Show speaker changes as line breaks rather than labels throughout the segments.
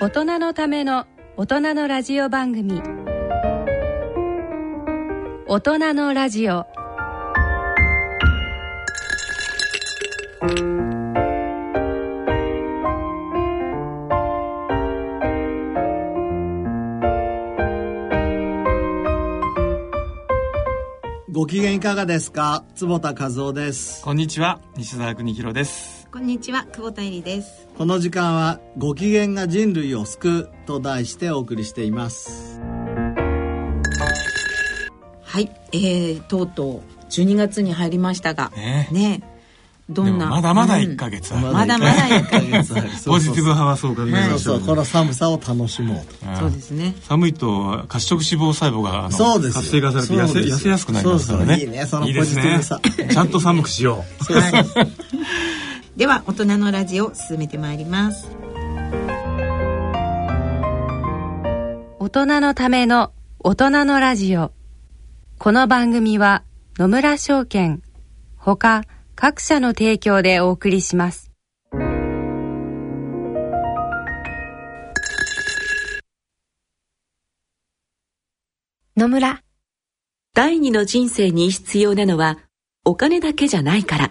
大人のための大人のラジオ番組大人のラジオ
ご機嫌いかがですか坪田和夫です
こんにちは西澤邦弘です
こんにちは、久保田恵里です。
この時間はご機嫌が人類を救うと題してお送りしています
はい、えー、とうとう12月に入りましたが、
ねえ
ねえどん
で
な
もまだまだ
うん
1ヶ月ある、
まだまだ
1ヶ月ある
ポジティブ派はそう考え
そ
ま
う
し
そ
ょ
う
う,、
この寒さを楽しもうと
うん
そうですね。
寒いと褐色脂肪細胞があの
そうですよ
活性化されて痩
そう
せ
ですよ
痩せやすくなりますからね
そうそういいねその
いいですね
ポジティブ
ちゃんと寒くしよう
はい。では、大人のラジオ進めてまいります。
大人のための大人のラジオこの番組は野村証券ほか各社の提供でお送りします
野村、
第二の人生に必要なのはお金だけじゃないから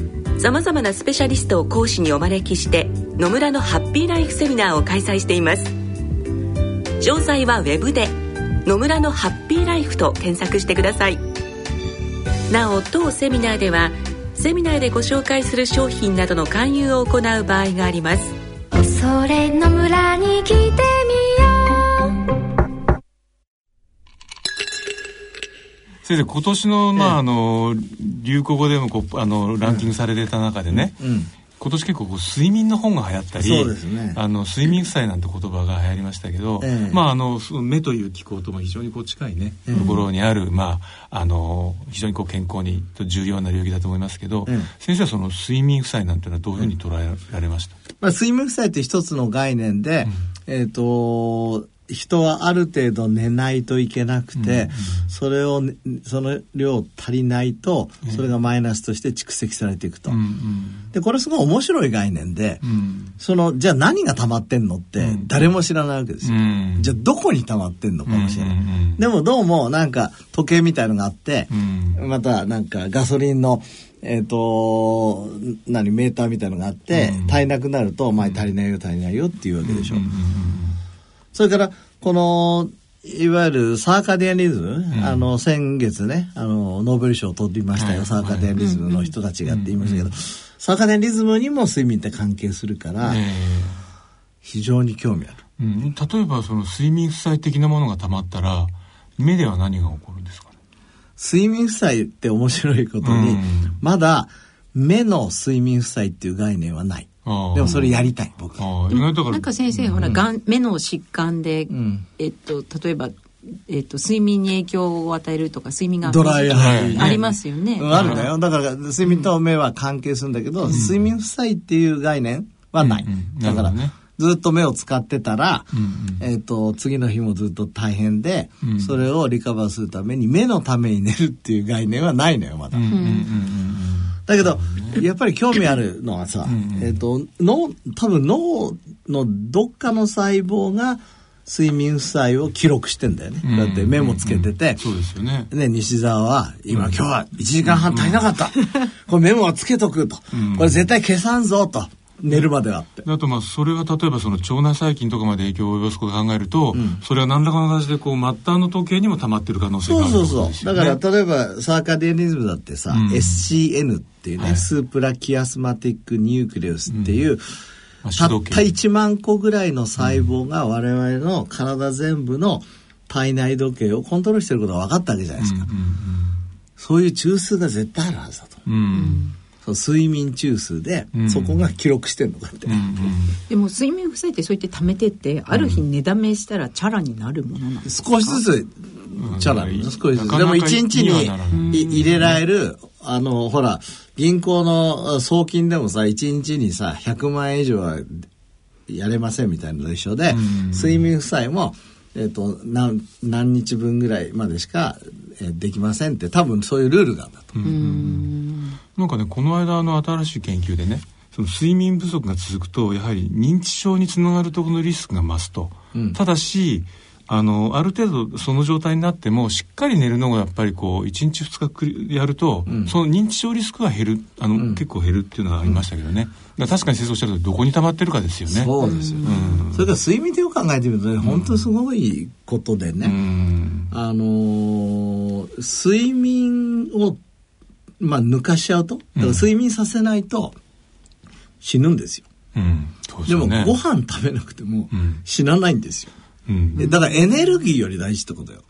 さまざまなスペシャリストを講師にお招きして野村のハッピーライフセミナーを開催しています詳細はウェブで「野村のハッピーライフ」と検索してくださいなお当セミナーではセミナーでご紹介する商品などの勧誘を行う場合があります
それ野村に来てみよ
先生今年の,、ま
ええ
ああの流行語でもこうあのランキングされてた中でね、
うん
今年結構こう睡眠の本が流行ったり
そうですね
あの睡眠負債なんて言葉が流行りましたけど、
ええ
まあ、あのその目という機構とも非常にこう近い、ねところにある、まあ、あの非常にこう健康にと重要な領域だと思いますけど、
ええ
先生はその睡眠負債なんていうのはどういうふうに捉えられました、
まあ、睡眠負債って一つの概念で、えっ、と、人はある程度寝ないといけなくて、それをね、その量足りないと、それがマイナスとして蓄積されていくと。
うんうん
で、これすごい面白い概念で、
うん
その、じゃあ何が溜まってんのって
うん
誰も知らないわけですよ。
うん
じゃあどこに溜まってんのかもしれない。
うんうんうん
でもどうもなんか時計みたいのがあって、
うん
またなんかガソリンの、えっ、と、何、メーターみたいのがあって、
うん
足りなくなると、お前足りないよ足りないよっていうわけでしょ。
うん
それから、この、いわゆるサーカディアンリズム、
ん
あの、先月ね、あの、ノーベル賞を取りましたよ、
はい
サーカディアンリズムの人たちがって言いましたけど、サーカディアンリズムにも睡眠って関係するから、
え
非常に興味ある。
えうん例えばその睡眠負債的なものがたまったら目では何が起こるんですかね
睡眠負債って面白いことに、
うん
まだ目の睡眠負債っていう概念はない。
ああ
でもそれやりたい、僕は。
ああ意外とだから
なんか先生、ほら、がん目の疾患で、
ん
えっと、例えば、えっと、睡眠に影響を与えるとか、睡眠が悪
ド
化
ライ
する
アイ、
とかありますよね。
うんあるんだよ。だから、睡眠と目は関係するんだけど、睡眠負債っていう概念はない。
うんうん
だから、
なるほどね
ずっと目を使ってたら、
うん
えっ、と、次の日もずっと大変で、
うん
それをリカバーするために、目のために寝るっていう概念はないのよ、まだ。
うんうんうんうん
だけど、やっぱり興味あるのはさ、えっ、と、脳、多分脳のどっかの細胞が睡眠負債を記録してんだよね。
うん
だってメモつけてて、
うんそうですよね
ね、西澤は、今、今日は1時間半足りなかった。 これメモはつけとくと。
ん
これ絶対消さんぞと。寝るまではって。
あとまあそれが例えばその腸内細菌とかまで影響を及ぼすことを考えると、それは何らかの形でこう末端の時計にも溜まってる可能性
そ
が
う
ある
そう
ってこと
そ
で
う。
すよ
だ
ね
から、例えば、サーカディアニズムだってさ、
うん
SCN っていうね、
はい
スープラキアスマティックニュークレウスっていう、た
まあ主
った
導権
1万個ぐらいの細胞が我々の体全部の体内時計をコントロールしてることが分かったわけじゃないですか。そういう中枢が絶対あるはずだと。
うんうんうん
そその睡眠中枢で、
うん
そこが記録してんのかって、
うん
でも睡眠負債ってそうやって貯めてってある日寝だめしたらチャラになるものなんです
少しずつ
うん
チャラに少しず
な
つ
か
で
な
も
か
一日に
いいようならない
い入れられるあのほら銀行のあ送金でもさ一日にさ100万円以上はやれませんみたいなのと一緒で
うん
睡眠負債も、えっと何何日分ぐらいまでしかえーできませんって多分そういうルールがあるんだと、
なんかねこの間の新しい研究でねその睡眠不足が続くとやはり認知症につながるところのリスクが増すと、
うん
ただしあのある程度その状態になってもしっかり寝るのがやっぱりこう1日2日くりやると、
ん
その認知症リスクが減るあの、結構減るっていうのはありましたけどね、だから確かに先生おっしゃるとどこに溜まってるかですよね
そうですよ、ねそれから睡眠ってよく考えてみるとね本当にすごいことでね、
うん
あのー睡眠を、まあ、抜かしちゃうと、だから睡眠させないと死ぬんですよ。
うんそうです
で
よ
も、
ね
ご飯食べなくても
うん
死なないんですよ。
うん
でだからエネルギーより大事ってことよ。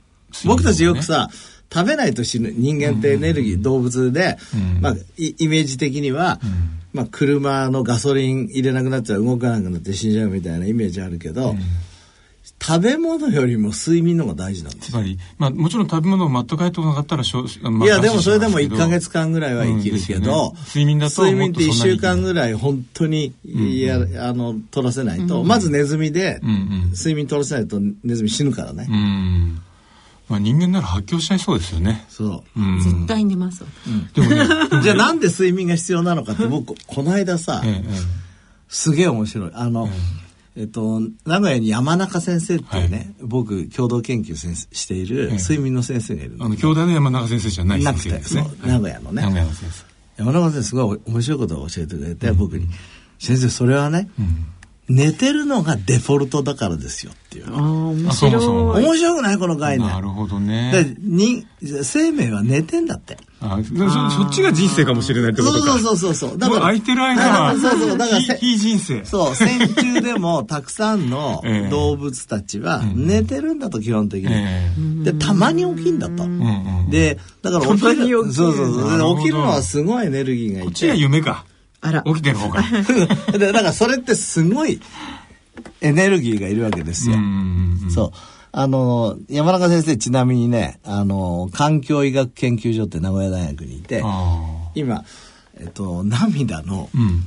僕たちよくさ、食べないと死ぬ人間ってエネルギー、動物で、
うん
まあ、イイメージ的には、まあ、車のガソリン入れなくなっちゃう動かなくなって死んじゃうみたいなイメージあるけど、食べ物よりも睡眠の方が大事なんですよ
つまり、まあ、もちろん食べ物を全く入ってこなかったらしょう、まあ
いや、でもそれでも
餓死し
1
ます
ヶ
けど
月間ぐらいは生きるけど、
うんですよね睡眠だともっと
睡眠って1
そんなに
週間ぐらい本当に、いや、あの、取らせないと、まずネズミで、
うん
睡眠取らせないとネズミ死ぬからね。
うん。うん。まあ、人間なら発狂しちゃいそうですよね。
そ
うん。
絶対寝ます
でもね、
う。じゃあなんで睡眠が必要なのかって僕、この間さ
え、ええ
すげえ面白い。あの、えっと、名古屋に山中先生っていうね、
はい
僕、共同研究先生している
ええ
睡眠の先生がいる
えあ
の。
の、兄弟の山中先生じゃない
なく
先生
て、
ですね
そう。名古屋のね。
名古屋の先生。
山中先生すごい面白いことを教えてくれて、僕に「先生それはね、
うん。
寝てるのがデフォルトだからですよ」っていう
ああ面
あそ
白い
もそも
面白くないこの概念
なるほどね。
でに生命は寝てんだって
あそそそっちが人生かもしれないってこと
そう
か。
そうそうそう
だから空いてる間は、
そうそうだから
いい
せ
いい人生。
そう戦中でもたくさんの
ええ
動物たちは寝てるんだと基本的に、
ええ
でたまに起きんだと、
うんうん。
でだから
たまに起きる
そうそうそう
なるほ
で
ど
起きるのはすごいエネルギーがいて
こっちが 夢か。
あら
起きてる方 が。
でだからそれってすごいエネルギーがいるわけです
う
よ。
ん。
そう。あの、山中先生ちなみにね、あの、環境医学研究所って名古屋大学にいて、
あ
今、えっと、涙の
あ。うん。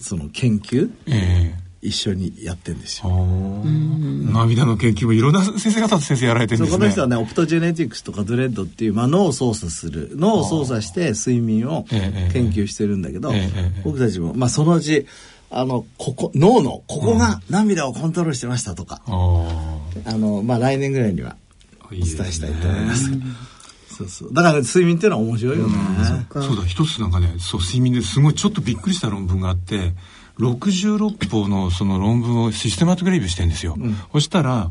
その研究、
ええ
一緒にやってんですよ。
お涙の研究もいろんな先生方と先生やられてるん
そ
で
うこ
す
の
ね。
人はね、オプトジェネティクスとかドレッドっていう、まあ、脳を操作する、脳を操作して睡眠を
ええええ
研究してるんだけど
ええええ、
僕たちも、まあ、そのうち、あの、ここ、脳の、ここが涙をコントロールしてましたとか、
あ
あの、まあ、来年ぐらいには
あ。お
お伝えしたいと思います。そうそう。だから睡眠っていうのは面白いよね。
そうだ、一つなんかね、そう、睡眠ですごいちょっとびっくりした論文があって、66法のその論文をシステマティックレビューしてるんですよ。そしたら、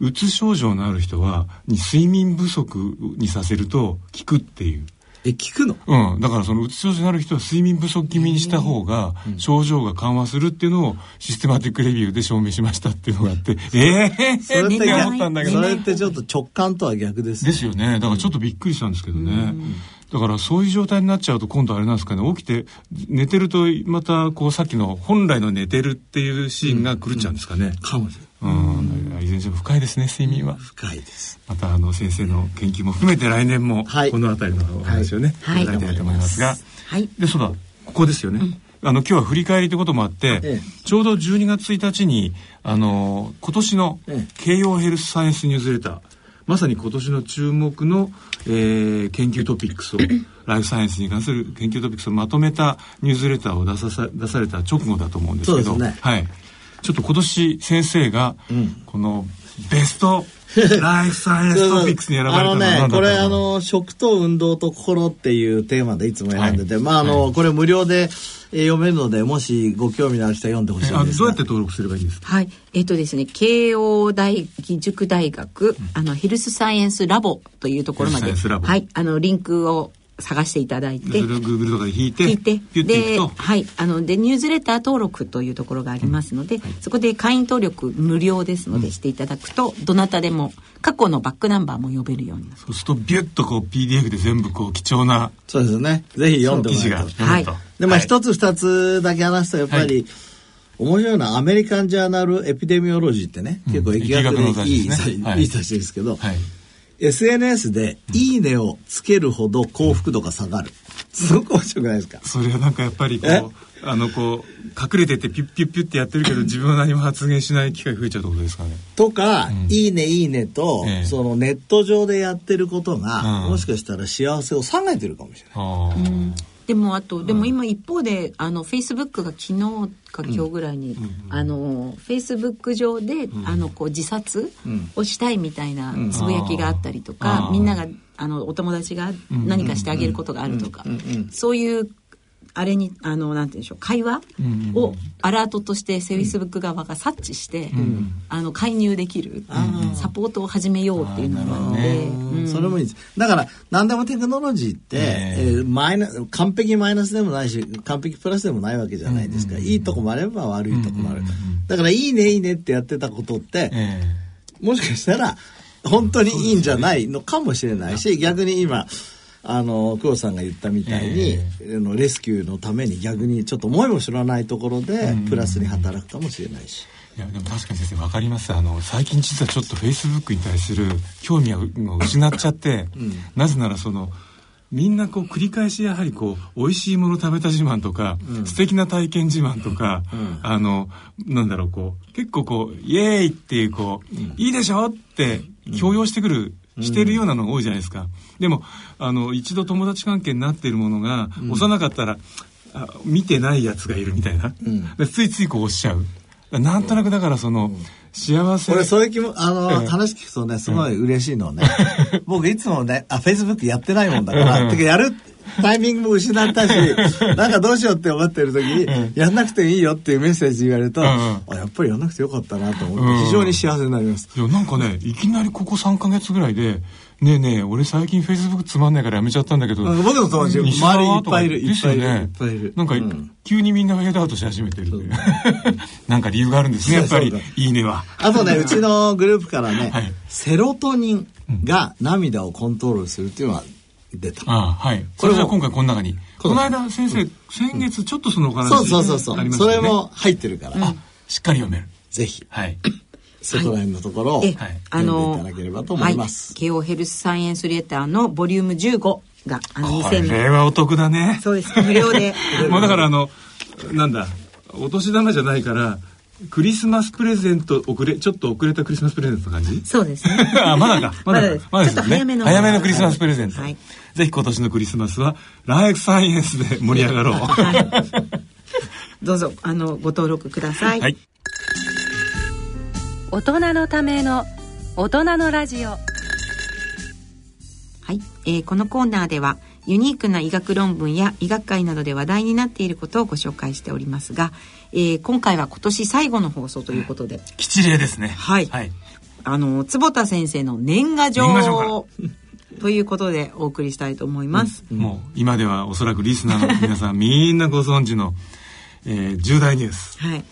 うつ症状のある人は、に睡眠不足にさせると効くっていう。
え、聞くの
うん。だからそのうつ症状のある人は睡眠不足気味にした方が、症状が緩和するっていうのをシステマティックレビューで証明しましたっていうのがあって、ええ
それ
ー、みん
逆
な思ったんだけ
そ
ど。
れってちょっと直感とは逆ですね。
ですよね。だからちょっとびっくりしたんですけどね。だからそういう状態になっちゃうと今度あれなんですかね、起きて、寝てるとまたこうさっきの本来の寝てるっていうシーンが狂っちゃうんですかね。
かもしれない。
うん。いずれにしても深いですね、睡眠は。
深いです。
またあの先生の研究も含めて来年も
はい
この辺りのお話をね、
はい
いただきたいと思いますが。
はい
で、そうだ、ここですよね。あの、今日は振り返りということもあって、
ええ
ちょうど12月1日に、あの、今年の
ええ
慶応ヘルスサイエンスニュースレター、まさに今年の注目の、えー研究トピック スを、ライフサイエンスに関する研究トピックスをまとめたニュースレターを出ささ出された直後だと思うんですけど、
そうですね
はい。ちょっと今年先生が、このベストライフサイエンストピックスに選ばれたの
あ
は
の
何だ
ね、
った
こ
の
れ
かな
あの、食と運動と心っていうテーマでいつも選んでて、
はい
まああの、
は
これ無料でえー読めるので、もしご興味のある人は読んでほしい
えあ
んです
どう
が
やって登録すればいいんですか
はい。えっ、とですね、慶応大義塾大学、あの、ヘルスサイエンスラボというところま
ヘ
で、
ルスサイエンスラボ
はい。あの、リンクを探していただい
それ
て
を Google とかで引いて
聞いて
ピュッてい
で
くと
はいあのでニュースレター登録というところがありますので、そこで会員登録無料ですのでしていただくと、どなたでも過去のバックナンバーも呼べるようになる
そうするとビュッとこう PDF で全部こう貴重な
そうですね。ぜひ読んで
記
も
事
ら
が
いたい。
読めると
はい
で、まあ
はい
一つ二つだけ話すと、やっぱり、面白いのはアメリカンジャーナルエピデミオロジーってね、
うん
結構疫学
疫学の
でいい、
雑誌ですねはい
いい雑誌ですけど、
はい
SNS でいいねをつけるほど幸福度が下がる。すごく面白くないですか
それはなんかやっぱりこうあのこう隠れててピュッピュッピュッってやってるけど自分は何も発言しない機会増えちゃうってことですかね
とか、
うん
いいねいいねと、
ええ
そのネット上でやってることが、
うん
もしかしたら幸せを下げてるかもしれない。
ああ、
でもあと、でも今一方であのフェイスブックが昨日か今日ぐらいに、あのフェイスブック上で、あのこう自殺
ん
をしたいみたいなつぶやきがあったりと
あ
か、
ー
みんながあのお友達が何かしてあげることがあるとか、そういうあれにあのなんて言うんでしょう会話
んうん
をアラートとしてフェイスブック側が察知して、あの介入できるサポートを始めようっていうのがあって、うん
それもいいです。だから、何でもテクノロジーって、
え
え
え
ーマイナ完璧マイナスでもないし、完璧プラスでもないわけじゃないですか。いいとこもあれば悪いとこもある。だから、いいね、いいねってやってたことって、
え
もしかしたら、本当にいいんじゃないのかもしれないし、逆に今、あの、久保さんが言ったみたいに、あのレスキューのために逆にちょっと思いも知らないところで、プラスに働くかもしれないし。
えいやでも確かに先生わかりますあの最近実はちょっとフェイスブックに対する興味を失っちゃって、なぜならそのみんなこう繰り返しやはりこう美味しいもの食べた自慢とか、素敵な体験自慢とか、あのなんだろうこう結構こうイエーイっていうこう、いいでしょって強要してくる、してるようなのが多いじゃないですか。でもあの一度友達関係になっているものが幼かったら、あ見てないやつがいるみたいな、でついついこう押しちゃうなんとなくだからその、幸せ
これそういう気も、あの、
ええ
話聞くとね、すごい嬉しいのはね。僕いつもね、あ、Facebook やってないもんだから、てかやるタイミングも失ったし、なんかどうしようって思ってる時に、やんなくていいよっていうメッセージ言われると、
うん
あ、やっぱりやんなくてよかったなと思
う
っ
ん
て、非常に幸せになります。
いやなんかねいきなりここ3か月ぐらいで「ねえねえ俺最近フェイスブックつまんないからやめちゃったんだけど」
うん僕の友達
西澤
周りにいっぱいいる
とかですよね
いっぱいいるいっぱいいる
なんか、
うん
急にみんなフェードアウトし始めてるという なんか理由があるんですねやっぱり
そう
「いいねは」
あとね、うちのグループからね、
はい
セロトニンが涙をコントロールするっていうのは出た。
ああはいそれじゃあ今回この中にこの間先生、先月ちょっとそのお話
そうそうそうそ
あり
う。
まし
そ
た
れ
よね
も入ってるから、
しっかり読める
ぜひ、
はい
セトラインのところを、
え
はい
あ
読ん
の
でいただければと思います
はい、慶応ヘルスサイエンスレターのボリューム15があの
こ
2000
れはお得だね
そうです無料で
もうだからあのなんだお年玉じゃないからクリスマスプレゼント遅れちょっと遅れたクリスマスプレゼントの感じ
そうですね
あまだかまだか
まだで
よ
すちょっと早めの
早めのクリスマスプレゼント、
はい
ぜひ今年のクリスマスはライフサイエンスで盛り上がろう
どうぞあのご登録ください、
はい
大人のための大人のラジオ
はいえーこのコーナーではユニークな医学論文や医学会などで話題になっていることをご紹介しておりますが、えー今回は今年最後の放送ということで、
吉礼ですね
はい
はい、
あの坪田先生の年賀状
年賀状
ということでお送りしたいと思います、
もう今ではおそらくリスナーの皆さんみんなご存知の、えー重大ニュース
はい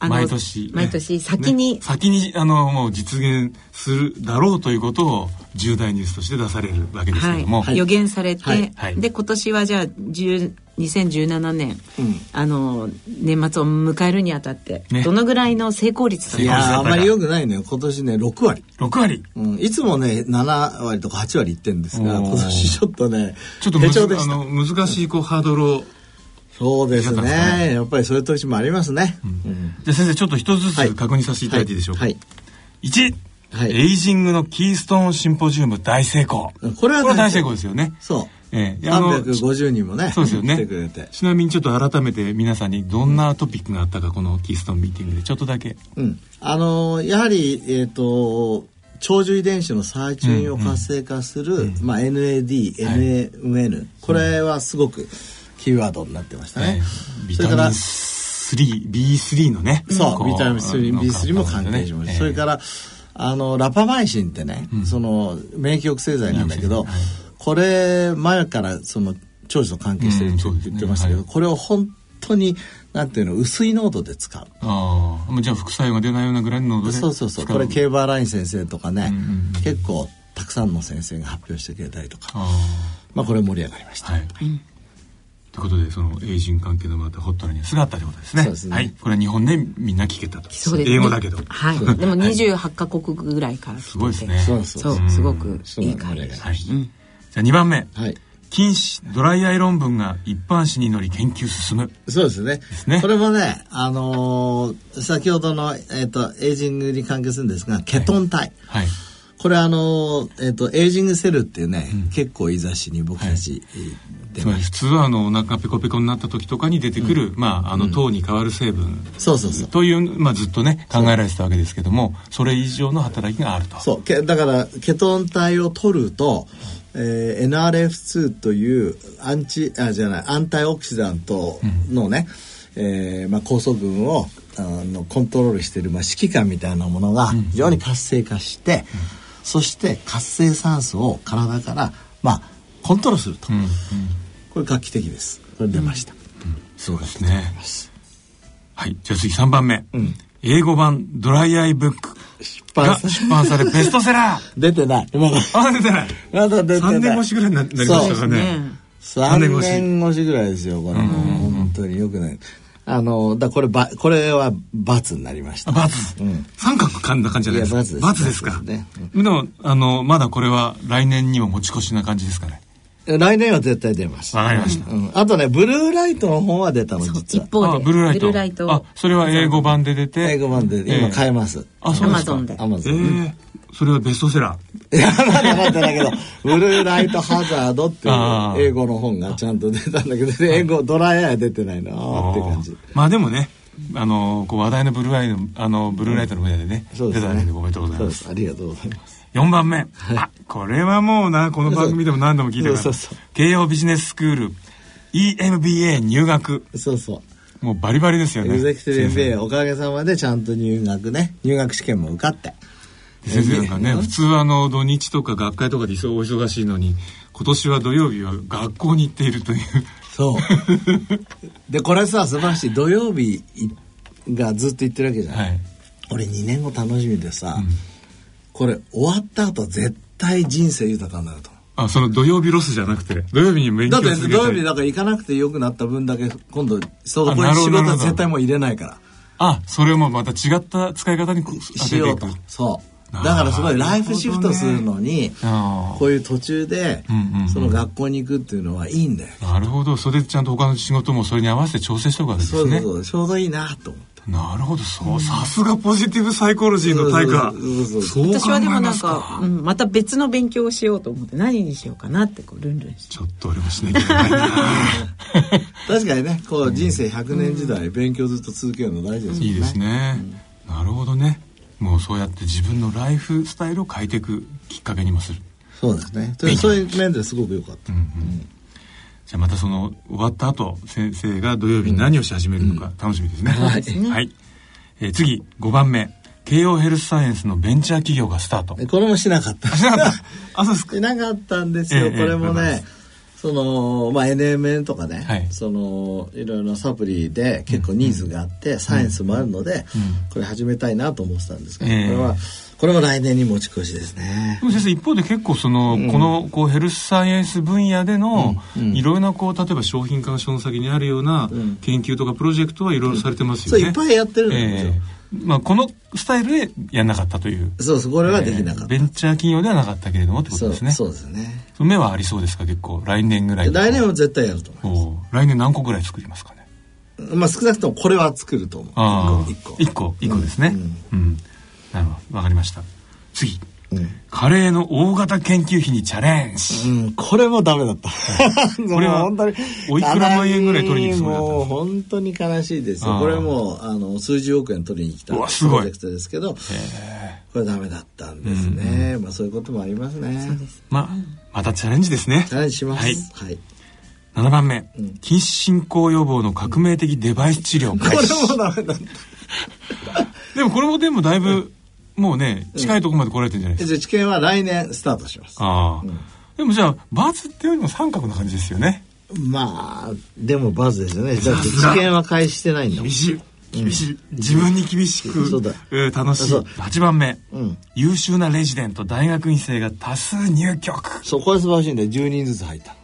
あの
毎年
毎年先に、
ね先にあのもう実現するだろうということを重大ニュースとして出されるわけですけども、
はい、予言されて、
はい
はい
で今年はじゃあ10 2017年、
うん
あの年末を迎えるにあたって、
ね
どのぐらいの成功率だっ
い
た
や
か
ーあんまり良くないのよ。今年ね、6割。
6割
うん、いつもね、7割とか8割いってんですが、
おー
今年ちょっとね、
ちょっと
低
むず
調で
あ
した
の。難しいこうハードルを、
そうです
低かったです
ね。やっぱりそういう年もありますね。うん
じゃあ先生ちょっと一つず
はい
つ確認させていただいていいでしょうか、
はい。
1、
はい
エイジングのキーストーンシンポジウム大成功
これは大成功
大成功ですよね
そう。
ええあの
350人もね、
そうですよね
来てくれて。
ちなみにちょっと改めて皆さんにどんなトピックがあったかこのキーストーンミーティングでちょっとだけ
うん。あのーやはり、えっ、と、長寿遺伝子の再注意を活性化する、まあ、NAD、NAN、これはすごくキーワードになってましたね。
はいビ
そ
タ
れ
ミ
か
ン
ら
3、B3 のね。
そう、
こ
ビタミン3、B3 も関係し
あ
ま
の
す。それから、あの、ラパマイシンってね、その、免疫抑制剤なんだけど、
免疫抑制
これ前からその長寿と関係してるって
うんそうですね
言ってましたけど、
はい
これを本当になんていうの薄い濃度で使う。
ああもうじゃあ副作用が出ないようなぐらいの濃度で
そうそうそう
使
これケーバーライン先生とかね、
うんうん
結構たくさんの先生が発表してくれたりとか、
あ
まあこれ盛り上がりました、
あはい、ということでそのエイジン関係のまたホットなニュースがあったということですね
そうですね
はいこれは日本でみんな聞けたと
そうですね
英語だけど
は い。でも28カ国ぐらいから
すごい
聞
で
い
す
て
そ
ね
うです
そ
そう
う、すごく
そう
い
ないんです
会でした。
はい、じゃあ2番目、
はい
禁止ドライアイ論文が一般紙に乗り研究進む
そうですね
すね
これもねあのー先ほどの、えっとエイジングに関係するんですがケトン体、
はい
これあのー、えっとエイジングセルっていうね、結構いい雑誌に僕たち、えー出
つま
ま
り
し
普通はあのお腹ペコペコになった時とかに出てくる、まああの糖に代わる成分
たそうそうそう
という、まあ、ずっとね考えられてたわけですけどもそれ以上の働きがあると
そうけだからケトン体を取ると、えー NRF2 というアンチあじゃないアンタイオキシダントのね、えーまあ、酵素群をあのコントロールしている、まあ、指揮官みたいなものが非常に活性化して、そして活性酸素を体から、まあ、コントロールすると、
うんうん
これ画期的ですこれ出ました、
そうですねはいじゃあ次3番目、
ん
英語版ドライアイブック
出版
が
さ
出版されベストセラー
出てないまだ
あ出てない
まだ出てない
3年越しぐらいにななりましたかね
ね
3
年越し
年越しぐらいですよこれもう本当によくないあのだこればこれは罰になりました
あバツ、
うん
三角かんな感じじゃないですか
いやバツです
ですか
バツですね
でもあのまだこれは来年にも持ち越しな感じですかね
来年は絶対出ます
わかりました
うん、あとねブルーライトの本は出たの実は
一方
あ
で、
ブルーライトあそれは英語版で出て
英語版で
え
今
え
買えます、
あそうですか
Amazon で
アマゾ
ええ
ン
それはベストセラー
いやまだ待ってないけど「ブルーライトハザード」ってい
あー
う英語の本がちゃんと出たんだけど英語ドライアイは出てないなーって感じ
まあでもねあのこう話題のブルーライトあのブルーライトの上でね、
そうで
出
す
た
ね
のでおめでとうござい
そう
ま
ですすありがとうございます
4番目、あこれはもうなこの番組でも何度も聞いてる
そうそうそう
慶応ビジネススクール EMBA 入学
そうそう
もうバリバリですよ
エ
ね
グゼクティブ
先
MBA おかげさまでちゃんと入学ね入学試験も受かって
生先生なんかね普通はあの土日とか学会とかでお忙しいのに今年は土曜日は学校に行っているという
そう でこれさ素晴らしい土曜日がずっと言ってるわけじゃない、
はい
俺2年後楽しみでさ、これ終わった後絶対人生豊かになると思う
あその土曜日ロスじゃなくて土曜日に勉
だ
強
っ
続
て
けたい
土曜日だから行かなくてよくなった分だけ今度そこ
あ
に
なるほ
仕
ど
事
なる
は
ほど
絶対もう入れないから
あそれをもうまた違った使い方にこう当
してよ
いうく
とそうだからすごいライフシフトするのに
あ
こういう途中で
うんうんうん
その学校に行くっていうのはいいんだよ
あなるほどそれでちゃんと他の仕事もそれに合わせて調整しておくわけで
そ
す
うそ
ね
うそうちょうどいいなと思って
なるほどそうさすがポジティブサイコロジーの対価
そうそうそう
そう考
私は
え
でも
ま
なん
す
か、
か
うん、また別の勉強をしようと思って何にしようかなってこうルンルンして
ちょっと俺もしなきゃいけないな
確かにねこう人生100年時代勉強ずっと続けるの大事ですもんね
いいですね、なるほどねもうそうやって自分のライフスタイルを変えていくきっかけにもする
そうですねそれそういう面ですごく良かった、
じゃあまたその終わった後先生が土曜日に何をし始めるのか楽しみですね、
はい
はい、えー次5番目慶応ヘルスサイエンスのベンチャー企業がスタート
えこれもしなかった
あしなかったあそうですか
しなかったんですよ、
ええ
これも
ええわかり
ねそのまあ NMN とかね、
はい
そのいろいろなサプリで結構ニーズがあって、サイエンスもあるので、これ始めたいなと思ってたんですけど、
ええ
これはこれも来年に持ち越しですね
でも先生一方で結構その、このこうヘルスサイエンス分野での、いろいろなこう例えば商品化のその先にあるような研究とかプロジェクトはいろいろされてます
そ
よ
う
ね、
いっぱいやってるんですよ、
ええまあ、このスタイルでやんなかったという
そうそうこれはできなかった、
ベンチャー企業ではなかったけれどもってこと
そう
ですね
そうですね
目はありそうですか結構来年ぐらい
来年は絶対やると思います
おう来年何個ぐらい作りますかね
まあ少なくともこれは作ると思う。
ああ
一個。
1個1個ですねうん、なるほどわかりました次カレーの大型研究費にチャレンジ、
うん、これもダメだった。
これは
もう本当に
おいくら万円ぐらい取りに行くつもりだったん
も
で
う
す
本当に悲しいです
あ
よ。
あ
これもうあの数十億円取りに来たプ
う
ロ
わ
ジ
すごい
ェクトですけど、これダメだったんですね。まあそういうこともありますね。そうです。
まあまたチャレンジですね、
はい、します。
はい
はい。
7番目近視進行予防の革命的デバイス治療
こ
開始
れもダメだった。
でもこれもでもだいぶもうね近いところまで来られてるんじゃないです
じゃ
か
あ治験は来年スタートします。
ああ、でもじゃあバツっていうよりも三角な感じですよね
まあでもバズですよねだって知見は開始してないんだもん
厳しい厳しい、自分に厳しく
そうだ
えー楽しい
そう
8番目、
うん
優秀なレジデント大学院生が多数入局
そこは素晴らしいんだよ10人ずつ入った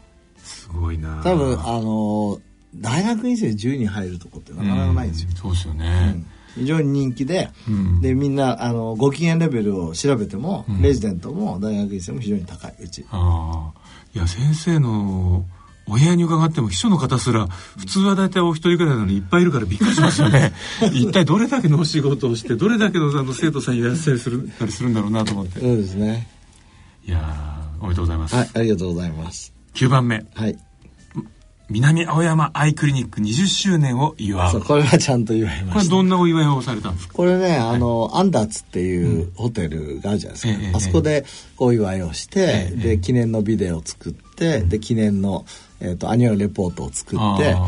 すごいな
多分あのー大学院生10人入るとこってなかなかないんですよ、
うんそうですよね、
非常に人気で、
うん
でみんなあのご機嫌レベルを調べても、
ん
レジデントも大学院生も非常に高いうち
ああいや先生のお部屋に伺っても秘書の方すら普通は大体お一人ぐらいなのにいっぱいいるからびっくりしますよね一体どれだけのお仕事をしてどれだけのあの生徒さんいらっしゃいするたりするんだろうなと思って
そうですね
いやーおめでとうございます、
はいありがとうございます
9番目
はい
南青山アイクリニック20周年を祝
そううこれはちゃんと言われ
こ
ま
れ
した
どんなお祝いをされたんですか
これね、あの、アンダーツっていうホテルがあるじゃないですか。
ええ
あそこでお祝いをして、
ええ
で、記念のビデオを作って、で、記念の、えっ、と、アニュアルレポートを作
あ
って、
ー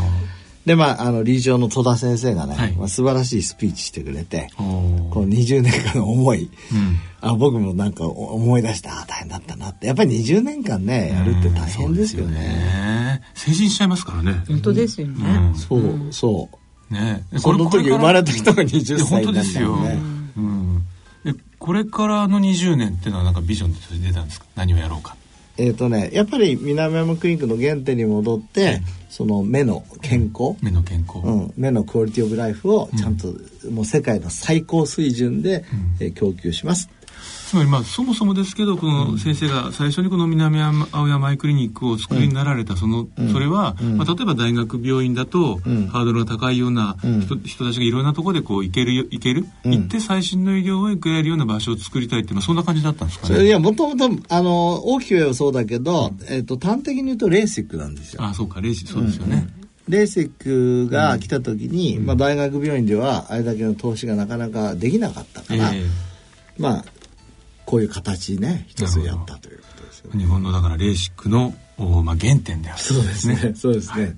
で、まあ、あの、理事長の戸田先生がね、
はい
まあ、素晴らしいスピーチしてくれて、
おー
この20年間の思い、
うん
あ僕もなんかお思い出して、ああ、大変だったなって。やっぱり20年間ね、やるって大変ですよね。
ね成人しちゃいますからね、
本当ですよ
う
ね、
ん、
そう,、そう。
ねえ
その時生まれた人が20歳
本当
に
で
なるん
す
だ
よ、
もんね。
うん、でこれからの20年っていうのはなんかビジョンとして出たんですか何をやろうか
えーとね、やっぱり南山クリニックの原点に戻ってその目の健康、
目の健康、
うん、目のクオリティオブライフをちゃんと、もう世界の最高水準で、えー供給します
つまりまあそもそもですけどこの先生が最初にこの南青山アイクリニックをお作りになられたその、それは、まあ、例えば大学病院だと、
ん
ハードルの高いような人,、人たちがいろんなところでこう行けるよ行ける、
うん
行って最新の医療を受けられるような場所を作りたいって、まあ、そんな感じだったんですか
それい
ね
やもともとあの大きく言えばそうだけど、えー、と端的に言うとレーシックなんですよ
あそうかレイジそうですよね、
レーシックが来た時に、まあ、大学病院ではあれだけの投資がなかなかできなかったから、
え
まあこういう形ね一つやったということですよ
え
ね
日本のだからレーシックの、おまあ、原点である
そうですね そうですね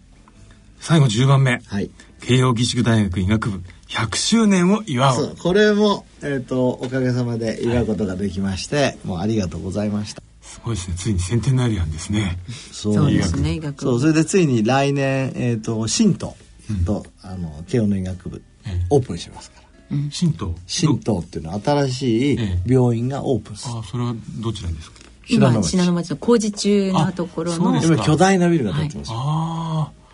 最後10番目、
はい
慶應義塾大学医学部100周年を祝お
そううこれも、えっとおかげさまで祝うことができまして、もうありがとうございました
すごいですねついにセンテナリアンですね
そ
そうですね医学
そうそれでついに来年、えっと神道と、あの慶応の医学部、
ええ
オープンしますから
神道
神道っていうのは新しい
ええ
病院がオープンする、
あそれはどちらですか
今
信濃町
信濃町の工事中のところ
あそう
の
です
今巨大なビルが建ってます、
ああ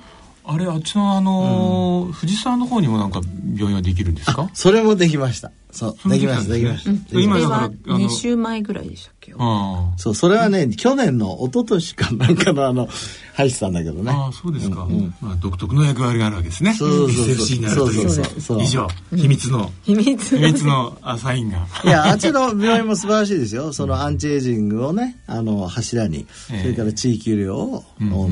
あれあっちのあのー藤沢の方にもなんか病院はできるんですか
それもできましたそ
そうれ
で
も
き
でき
ま
た
し
ん
た
です
で
ね
きました、
うん
できました
今だからあの
これは2週前ぐらいでしたっけ
あー
そうそれはね去年の一昨年かなんかのあの入ってたんだけどね
あーそうですか、まあ、独特の役割があるわけですね
そうそうそう
SFC になるという
そうそうそう
以上秘密の、
秘密
秘密のアサインが
いや、あっちの病院も素晴らしいですよ。そのアンチエイジングをね、あの柱に、そ
ええ
れから地域医療を、も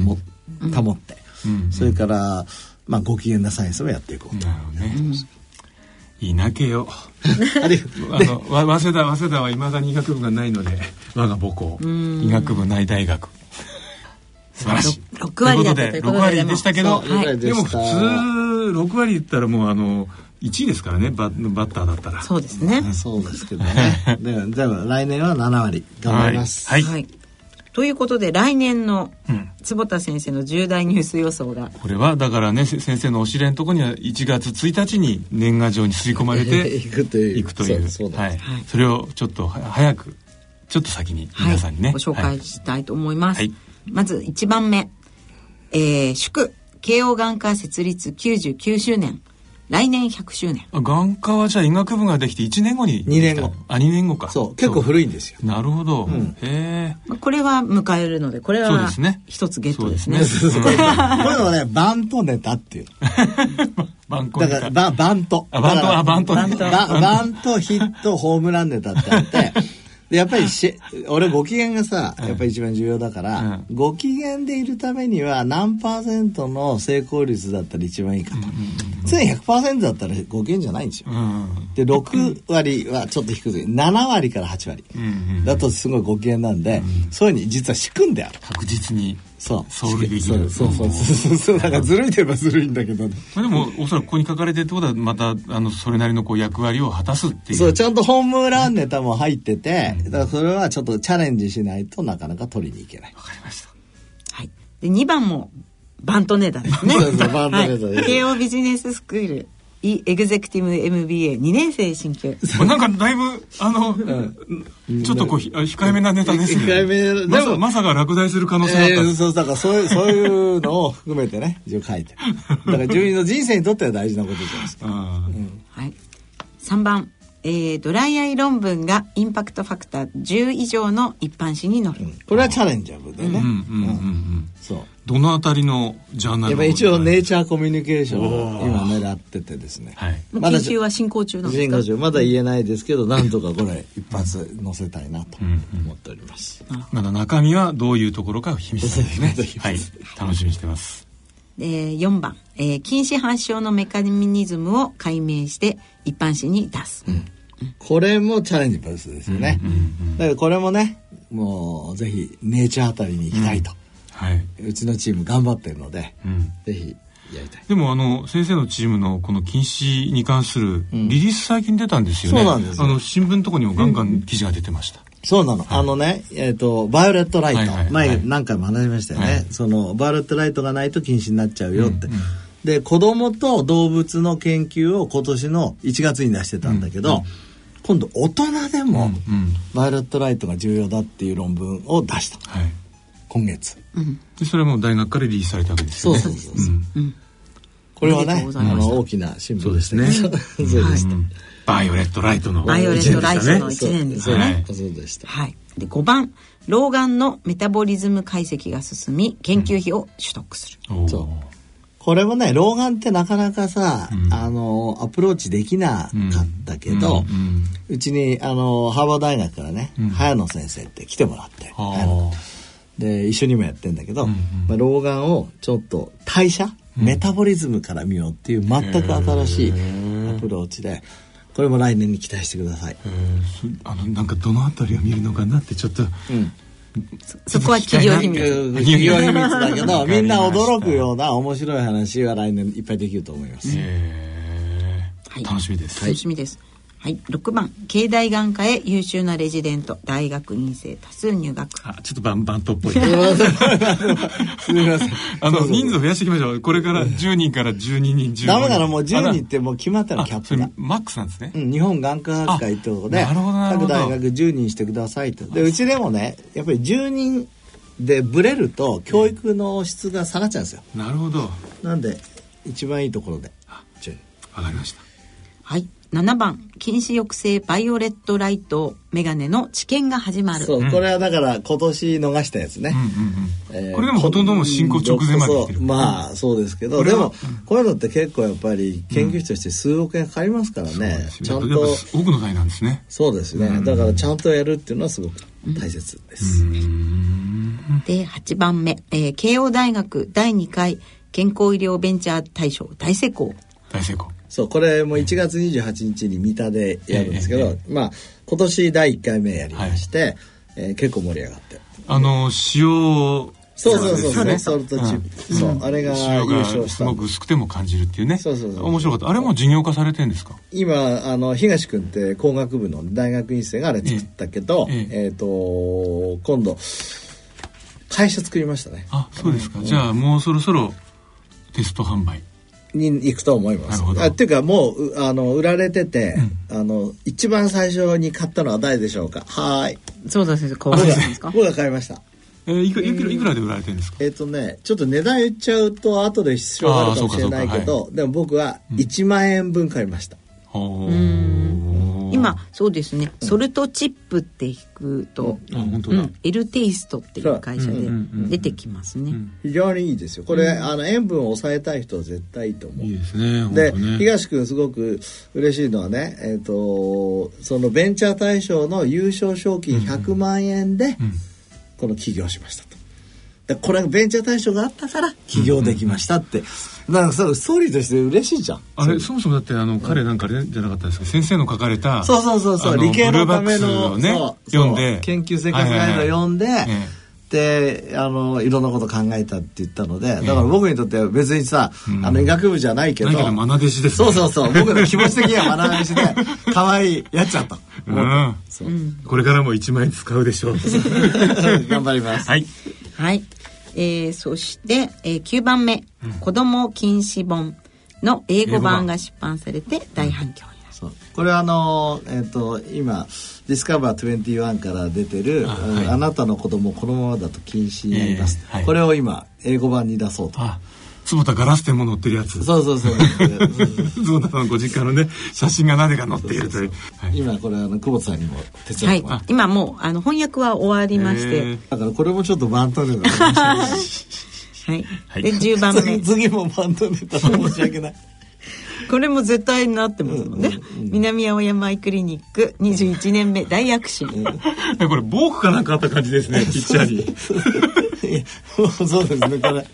保って、
うん
それから、まあ、ご機嫌なサイエンスもやっていこうと。
なるほどね、いいなけ よ
あるいは
あのわ早稲田早稲田はいまだに医学部がないので我が母校医学部ない大学素晴らしい
ろ六割だった
と
と
い
いうう
こ
ことと
で
で
6割でしたけど、
そうはい
でも普通6割言ったらもうあの1位ですからねババッターだったら
そうですね、
そうですけどね。 でも、でも来年は7割頑張ります。
はい、
はい。ということで、来年の
うん
坪田先生の重大ニュース予想が、
これはだからねせ先生のお知り合いのとこには1月1日に年賀状に刷り込まれて
行くという
行くという
そうそうだ
はいそれをちょっとは早くちょっと先に
はい
皆さんにね、
ご紹
は
介
い
したいと思います。
はい
まず1番目、えー、祝、慶応眼科設立99周年、来年100周年。
あ眼科はじゃあ医学部ができて1年後に
二年後
あ2年後か
そう、結構古いんですよ。
なるほど、
ん
へえ
まあこれは迎えるので、これ
そうで
は
すね
一つゲットですね。
そうですね
こういうのはね、バントネタっていう。
バンコ
だ
ク
からババント
あバン
だ
ト
から
あバント
バントババントヒットホームランネタってあって でやっぱりし俺ご機嫌がさやっぱり一番重要だから、
う
ご機嫌でいるためには何パーセントの成功率だったら一番いいかと、常に100%だったら5件じゃないんですよ
う。ん
で、6割はちょっと低くて、7割から8割。
うん
だとすごいご機嫌なんで、そういうふうに実は仕組んである。
確実に
そう。
ソウルできる
そうそうそうそうそう。だからずるいといえばずるいんだけどね。
まあでもおそらくここに書かれてるってことはまたあのそれなりのこう役割を果たすっていう
そう、ちゃんとホームランネタも入ってて、だからそれはちょっとチャレンジしないとなかなか取りに行けない。
わかりました
はい。で、2番も、バントネタで すね。
そうそうバントネタです
はい慶応ビジネススクール、E エグゼクティブ MBA2 年生進級。
あなんかだいぶあの、ちょっとこうひあ控えめなネタですね
控えめでも
まさまさか落第する可能性があっ
え
たんで
ー
す、
そう、だからそういう、そういうのを含めてね、一応書いて。だから自分の人生にとっては大事なことじゃないですか。
あー
はい。3番、えー、ドライアイ論文がインパクトファクター10以上の一般紙に載る。
これはチャレンジャブでね。
うんうんうんうん
そう。
どのあたりのジャーナ
や
ル
っ
を
ぱ一応ネイチャーコミュニケーションを今狙っててですね。
はい
もう
まだ
研究は進行中なんです
人
か
工中まだ言えないですけど、なんとかこれ一発載せたいなと
ん
思っております。
まだ中身はどういうところか秘密です ね
そういうこと
はい楽しみにしてます
えー4番、えー、禁止発症のメカニズムを解明して一般紙に出す、
これもチャレンジプラスですよね。だからこれもね、もうぜひネイチャーあたりに行きたいと。
はい、
うちのチーム頑張ってるので、
うん、
ぜひやりたい。
でもあの先生のチームのこの禁止に関するリリース最近出たんですよね、
そうなんですよ
あの新聞とかにもガンガン記事が出てました、
そうなの。あのね、えっ、と、バイオレットライト。
はいはいはい
前何回も話しましたよね。
はい
その、バイオレットライトがないと禁止になっちゃうよって。で、子供と動物の研究を今年の1月に出してたんだけど、今度大人でも、
うん
バイオレットライトが重要だっていう論文を出した。
はい
今月。
でそれはもう大学からリリースされたわけですよね
そうそうそう
うん
これは
ありが
ね
とう、ござ
あ
いました
の、大きな新聞でしたけど
そう
そうでした。
バイオレットライトの
バイオレットライトの一年です
そう
ね
ね。そうでした。
はい、で5番老眼のメタボリズム解析が進み研究費を取得する、
おー
そうこれもね老眼ってなかなかさ、あのアプローチできなかったけど、
うんうん
うちにあのハーバード大学からね、早野先生って来てもらって
あ
早野で一緒にもやってんだけど、まあ、老眼をちょっと代謝、メタボリズムから見ようっていう全く新しいアプローチでこれも来年に期待してください。
えーすあのなんかどのあたりを見るのかなってちょっと、
そこは企業秘
いやいや
密
いや
企業秘密だけど
わかりました
みんな驚くような面白い話は来年いっぱいできると思います。
えー
はい
楽しみです、
楽しみです、はい6番経大眼科へ優秀なレジデント大学院生多数入学
あちょっとバンバンとっぽい
すみません。
あ
そ
の
うそう
人数増やしていきましょうこれから10人から12人15人
ダメだな、もう
あ
10
な
人ってもう決まったの、
あ
キャッ
そ
プ
れ
が。
マックスなんですね、
うん、日本眼科学会ってとこで、
あなるほどなるほ
各
ど
大学10人してくださいと。で、うちでもね、やっぱり10人でブレると、教育の質が下がっちゃうんですよ。
なるほどわ
なんで、一番いいところで、10人。
かりました
はい7番近視抑制バイオレットライトメガネの治験が始まる
そう、これはだから今年逃したやつね。
うんうんう
え
ん
ー
これでもほとんどもう進行直前まで来て
そう
る
まあそうですけど
これ
で
は
もこういうのって結構やっぱり研究費として数億円かかりますからね、ちゃん
やっぱ
と
奥の台なんですね
そうですね、だからちゃんとやるっていうのはすごく大切です、
で8番目、えー慶応大学第2回健康医療ベンチャー大賞大成功
大成功
そうこれも1月28日に三田でやるんですけど、
え
まあ今年第1回目やりまして、えー結構盛り上がって
あの塩を
そうそうそうそ
そ
うう
で
ね
す
ソ
よ
ル
ね
トチップ、そうあれが優
塩
勝
が
し
す
た
ごく薄くても感じるっていうね
そうそうそう
面白かったあれも事業化されてんですか
今あの東君って工学部の大学院生があれ作ったけど、
え
え
え
っ、と今度会社作りましたね
あそうですか、じゃあもうそろそろテスト販売
に行くと思いま
な
す
るほど
あっていうかもううあの売られてて、あの一番最初に買ったのは誰でしょうかはーい
そうだ先生こう
僕が
ですか
僕が買いました
えーいくいくらいくらで売られてるんですか
えっ、とねちょっと値段言っちゃうと後で支障があるかもしれないけ
あーそう
ど、でも僕は1万円分買いました、
ほー
今そうですねソルトチップって引くと、
あ本当
う
だ、
ん、エルテイストっていう会社
そう
で出てきますね、
非常にいいですよこれ、あの塩分を抑えたい人は絶対いいと思う
いいですね本当
で、
ね
東君すごく嬉しいのはね、えっとそのベンチャー大賞の優勝賞金100万円でこの起業しましたと。やこれはベンチャー対象があったから起業できましたって、だからそれストーリーとして嬉しいじゃん
あれそもそもだってあの彼なんかあれじゃなかったですか先生の書かれた
そうそうそうそ
あ
う理系のため
ブルーバ
の、
ックスをね
そう
読んで
研究生活ガイドを読んで、
いはいえ
であのいろんなこと考えたって言ったのでだから僕にとっては別にさ、あの医学部じゃないけど
だけど愛弟子です
そ
ね
うそうそう僕の気持ち的には学びしで可愛いやっちゃった、
うん
そう
これからも1万円使うでしょう
頑張ります
はい
はい。えー、そして、えー、9番目、子供禁止本の英語版が出版されて大反響になる。
そうこれはあのえっ、と今「ディスカバー21から出てる「
あ
あ,、
はい
なたの子供このままだと禁止になります」
ええはい
これを今英語版に出そうと
あ坪田ガラス店も載ってるやつ
そうそう そう
坪田さんのご実家のね写真がなぜか載っているというはい
今これあの久保田さんにも手伝
は
っ
い
てもらって、。
今もう、あの、翻訳は終わりまし
え
て
ー、
だからこれもちょっとバンドネタだね
はい。
はい
で、10番目
次。 次もバンドネタだ申し訳ない
これも絶対になってますもんね。南青山アイクリニック21年目大躍進。
えこれボークかなんかあった感じですねピッチャーに
いやもうそうですねこれ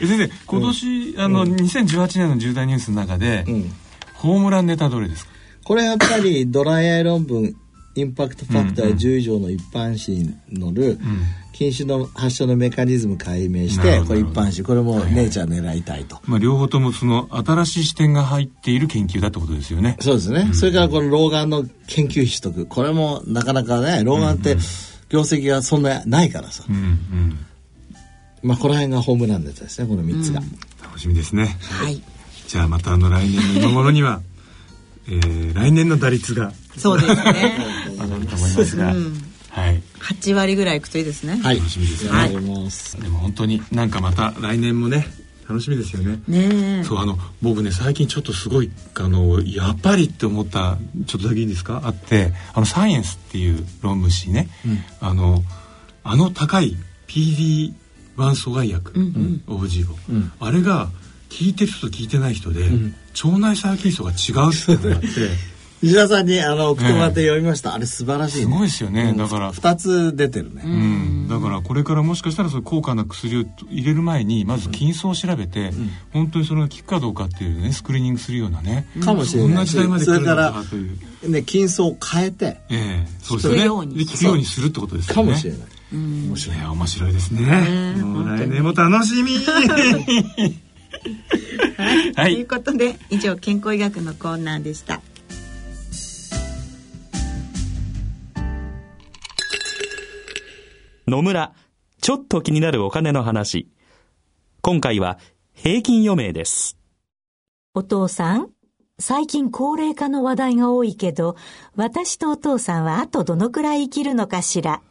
え先生今年、あの2018年の重大ニュースの中で、
ん
ホームランネタどれですか
これやっぱりドライアイ論文インパクトファクター10以上の一般紙に載る禁酒の発症のメカニズム解明し
なる
て
ほど
これ一般紙これもネイチャー狙いたいと
まあ両方ともその新しい視点が入っている研究だってことですよね
そうですねそれからこの老眼の研究費取得これもなかなかね老眼って業績がそんなないからさ
うんうん
まあこの辺がホームランネタですねこの3つが
楽しみですね
はい。
じゃあまたあの来年の今頃には、えー、来年の打率が
そうですね。
上がると思いますが、はい
8割ぐらいいくといいですね。
はい
楽しみですね
ありがとうございます
でも本当になんかまた来年もね楽しみですよね
ねえ。
そうあの僕ね最近ちょっとすごいあのやっぱりって思ったちょっとだけいいですかあってあのサイエンスっていう論文誌ね、あのあの高い PD1 阻害薬、OG を、あれが効いてる人と効いてない人で、腸内細菌層が違うっていうのがあって
石田さんにあの送ってもらって読みましたあれ素晴らしいね
すごいですよね、だから
2つ出てるね
うん、だからこれからもしかしたらその高価な薬を入れる前にまず菌層を調べて、本当にそれが効くかどうかっていうねスクリーニングするようなね
かもしれないし
そんな時代まで来
そ
る
れ
の
か
からという、
ね金層を変えて
ええそうです
聞く
よ
よう
ね
に
で聞くようにするってことですよ
か
ね
もしれない
面白い面白いですね、もう来年も楽しみは
という
い
ことで、以上、健康医学のコーナーでした。
野村、ちょっと気になるお金の話。今回は平均余命です。
お父さん、最近高齢化の話題が多いけど、私とお父さんはあとどのくらい生きるのかしら。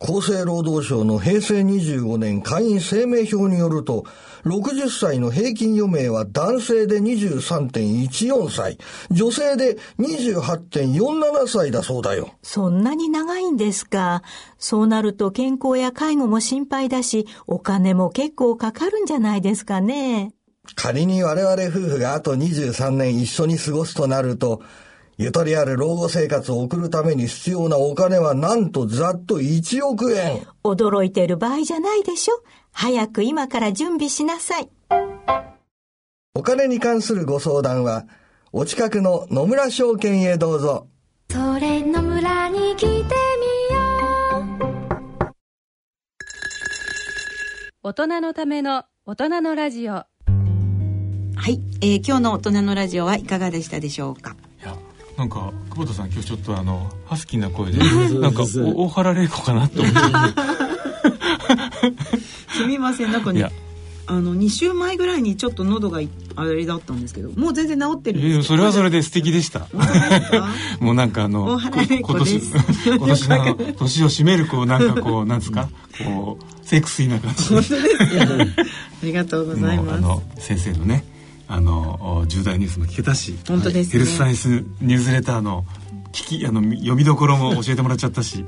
厚生労働省の平成25年会員声明表によると、60歳の平均余命は男性で23.14歳、女性で28.47歳だそうだよ。
そんなに長いんですか。そうなると健康や介護も心配だし、お金も結構かかるんじゃないですかね。
仮に我々夫婦があと23年一緒に過ごすとなると、ゆとりある老後生活を送るために必要なお金はなんとざっと1億円。
驚いてる場合じゃないでしょ。早く今から準備しなさい。
お金に関するご相談は、お近くの野村証券へどうぞ。
それ野村に来てみよう
大人のための大人のラジオ
はい、えー今日の大人のラジオはいかがでしたでしょうか。
いやなんか久保田さん今日ちょっとあのハスキーな声で
そう
なんか
そう
お大原玲子かなと思って
すみません、なんか
い
ね
や、
あの二週前ぐらいにちょっと喉がいあれだったんですけど、もう全然治ってるん
い
で
や
す。
それはそ れで素敵でした
本当ですか。
もうなんかあの、
大原玲子です
こ今年、今年の年を締める、こう、なんかこう、なんですか、こう、セクシーな感じで
本当ですよ。ありがとうござい
もうあ
ま
の、先生のね、あの、重大ニュースも聞けたし、
本当ですね
ヘルスサイエンスニュースレターの、聞き、あの、読みどころも教えてもらっちゃったし、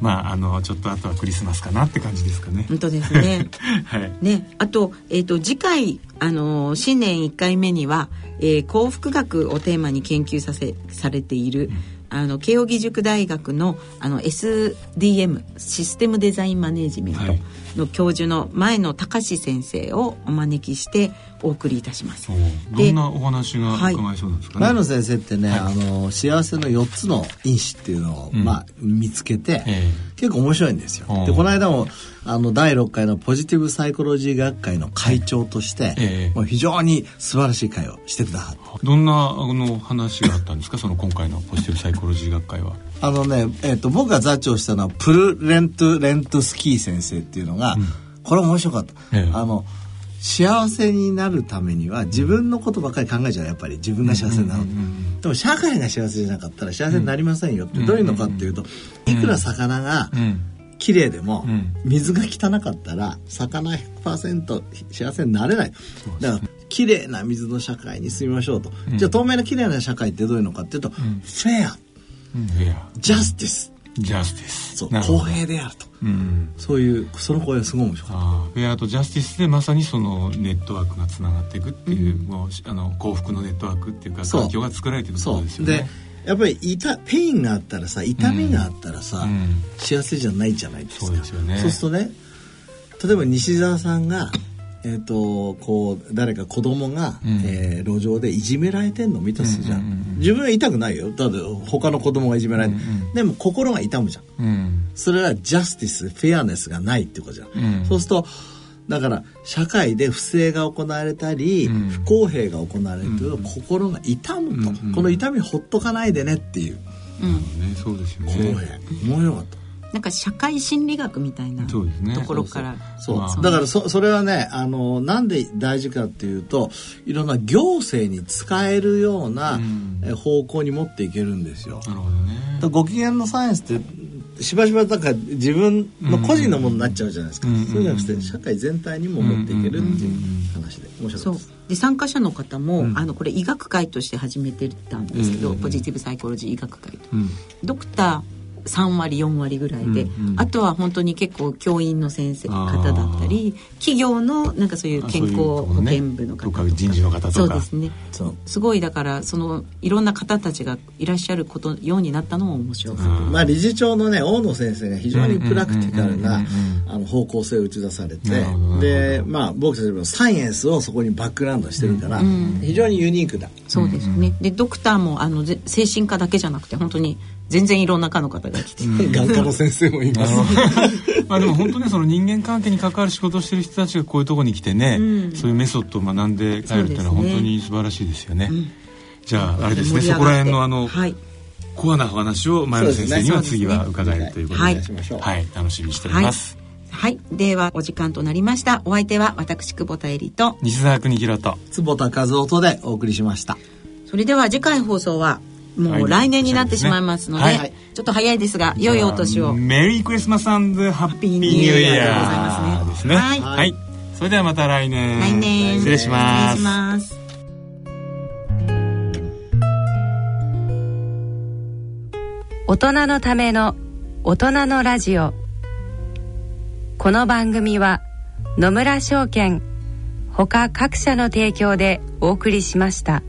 まあ、あの、ちょっとあとはクリスマスかなって感じですかね
す。。本当ですね。
はい。
ね、あと、えっ、と、次回、あのー新年1回目には、えー幸福学をテーマに研究させ、されている、あの慶應義塾大学のあの SDM システムデザインマネジメント
はい
の教授の前野隆先生をお招きしてお送りいたします
お。ーどんなお話が伺えそうなんですかね、
前野先生ってね、あの幸せの4つの因子っていうのを、
うん
まあ、見つけて、
え
結構面白いんですよ
お。う
でこの間もあの第6回のポジティブサイコロジー学会の会長として、
ええ
もう非常に素晴らしい会をしてくださって
どんなあの話があったんですかその今回のポジティブサイコロジー学会は
あのね、えっと僕が座長したのはプル・レントゥ・レントゥスキー先生っていうのが、これ面白かった、
ええ
あの幸せになるためには自分のことばっかり考えちゃうやっぱり自分が幸せになる、でも社会が幸せじゃなかったら幸せになりませんよって、どういうのかっていうと、いくら魚が
うん
綺麗でも、
うん
水が汚かったら魚100%幸せになれないだから綺麗な水の社会に住みましょうと、じゃあ透明な綺麗な社会ってどういうのかっていうと、フェア
いや
ジャスティス
ジャスティス
そう
なるほど
公平であると
うん
そういうその声がすごい面白かっ
あーフェアとジャスティスでまさにそのネットワークがつながっていくっていう、もうあの幸福のネットワークっていうか
そう
環境が作られてい
た
くって
そ
こ
う
とですよ
で
ね
やっぱり痛ペインがあったらさ痛みがあったらさ、
ん
幸せじゃないじゃないですか
そうですよね
そうするとね例えば西澤さんがえっとこう誰か子供が、
うん
えー路上でいじめられてんの見たとするじゃん,、
うんうんうんうん
自分は痛くないよだって他の子供がいじめられて、
うんうん
でも心が痛むじゃん
うん
それはジャスティスフェアネスがないってことじゃん、
うん
そうするとだから社会で不正が行われたり、
うん
不公平が行われると心が痛むと、
うんうん
この痛みほっとかないでねっていう
うん、
ねそうですよ
公
ね
平、面白かった
なんか社会心理学みたいな
そうですね
ところから
そう、
まあ
だからそそれはねあのなんで大事かっていうといろんな行政に使えるような、
うん
え方向に持っていけるんですよ、
なるほどね
だからご機嫌のサイエンスってしばしばだから自分の個人のものになっちゃうじゃないですか、
うん
そうじゃなくて社会全体にも持っていけるっていう話で面
そ
白
う
かったです
で参加者の方も、
うん
あのこれ医学会として始めてたんですけど、
うんうんうん
ポジティブサイコロジー医学会と
うん
ドクター3割4割ぐらいで、
うんうん
あとは本当に結構教員の先生
あー
方だったり企業のなんかそういう
あ
健康
そういうとこ
保
ろね
険部の方とか
とか人事の方とか
そうですね
そう
すごいだからそのいろんな方たちがいらっしゃることようになったのも面白かった、
うん
まあ理事長のね大野先生が非常にプラクティカル
う
なん
うんうんうん
あの方向性を打ち出されて
なるほどなる
で
ほ
まあ僕たちもサイエンスをそこにバックグラウンドしてるから
うん
非常にユニークだ
そうですね、でドクターもあのぜ精神科だけじゃなくて本当に全然いろんな科の方が来 て、
眼科の先生もいます
まあでも本当ねその人間関係に関わる仕事をしてる人たちがこういうところに来てね、
うん
そういうメソッドを学んで帰るっていうのは
そう
本
ですね
当に素晴らしいですよね。
ん
じゃああれです
盛
ね
り上
そ
がって
こら辺のあの、
はい
コアなお話を前野先生には
そうですね
次は伺えるということで
はい
はい、楽しみにしております。
はい。では、お時間となりました。お相手は私、久保田恵里と。
西澤邦弘と
坪田和夫とでお送りしました
それでは次回放送は、もう来
来年
年になってしまいますので、
はいはい
ちょっと早いですが、良いお年を。
メリークリスマスハッピーニューイヤーですね。
はい
はい。それではまた来年。
来年。
失礼しま
失礼し
す。
ます。
大人のための大人のラジオこの番組は野村証券ほか各社の提供でお送りしました。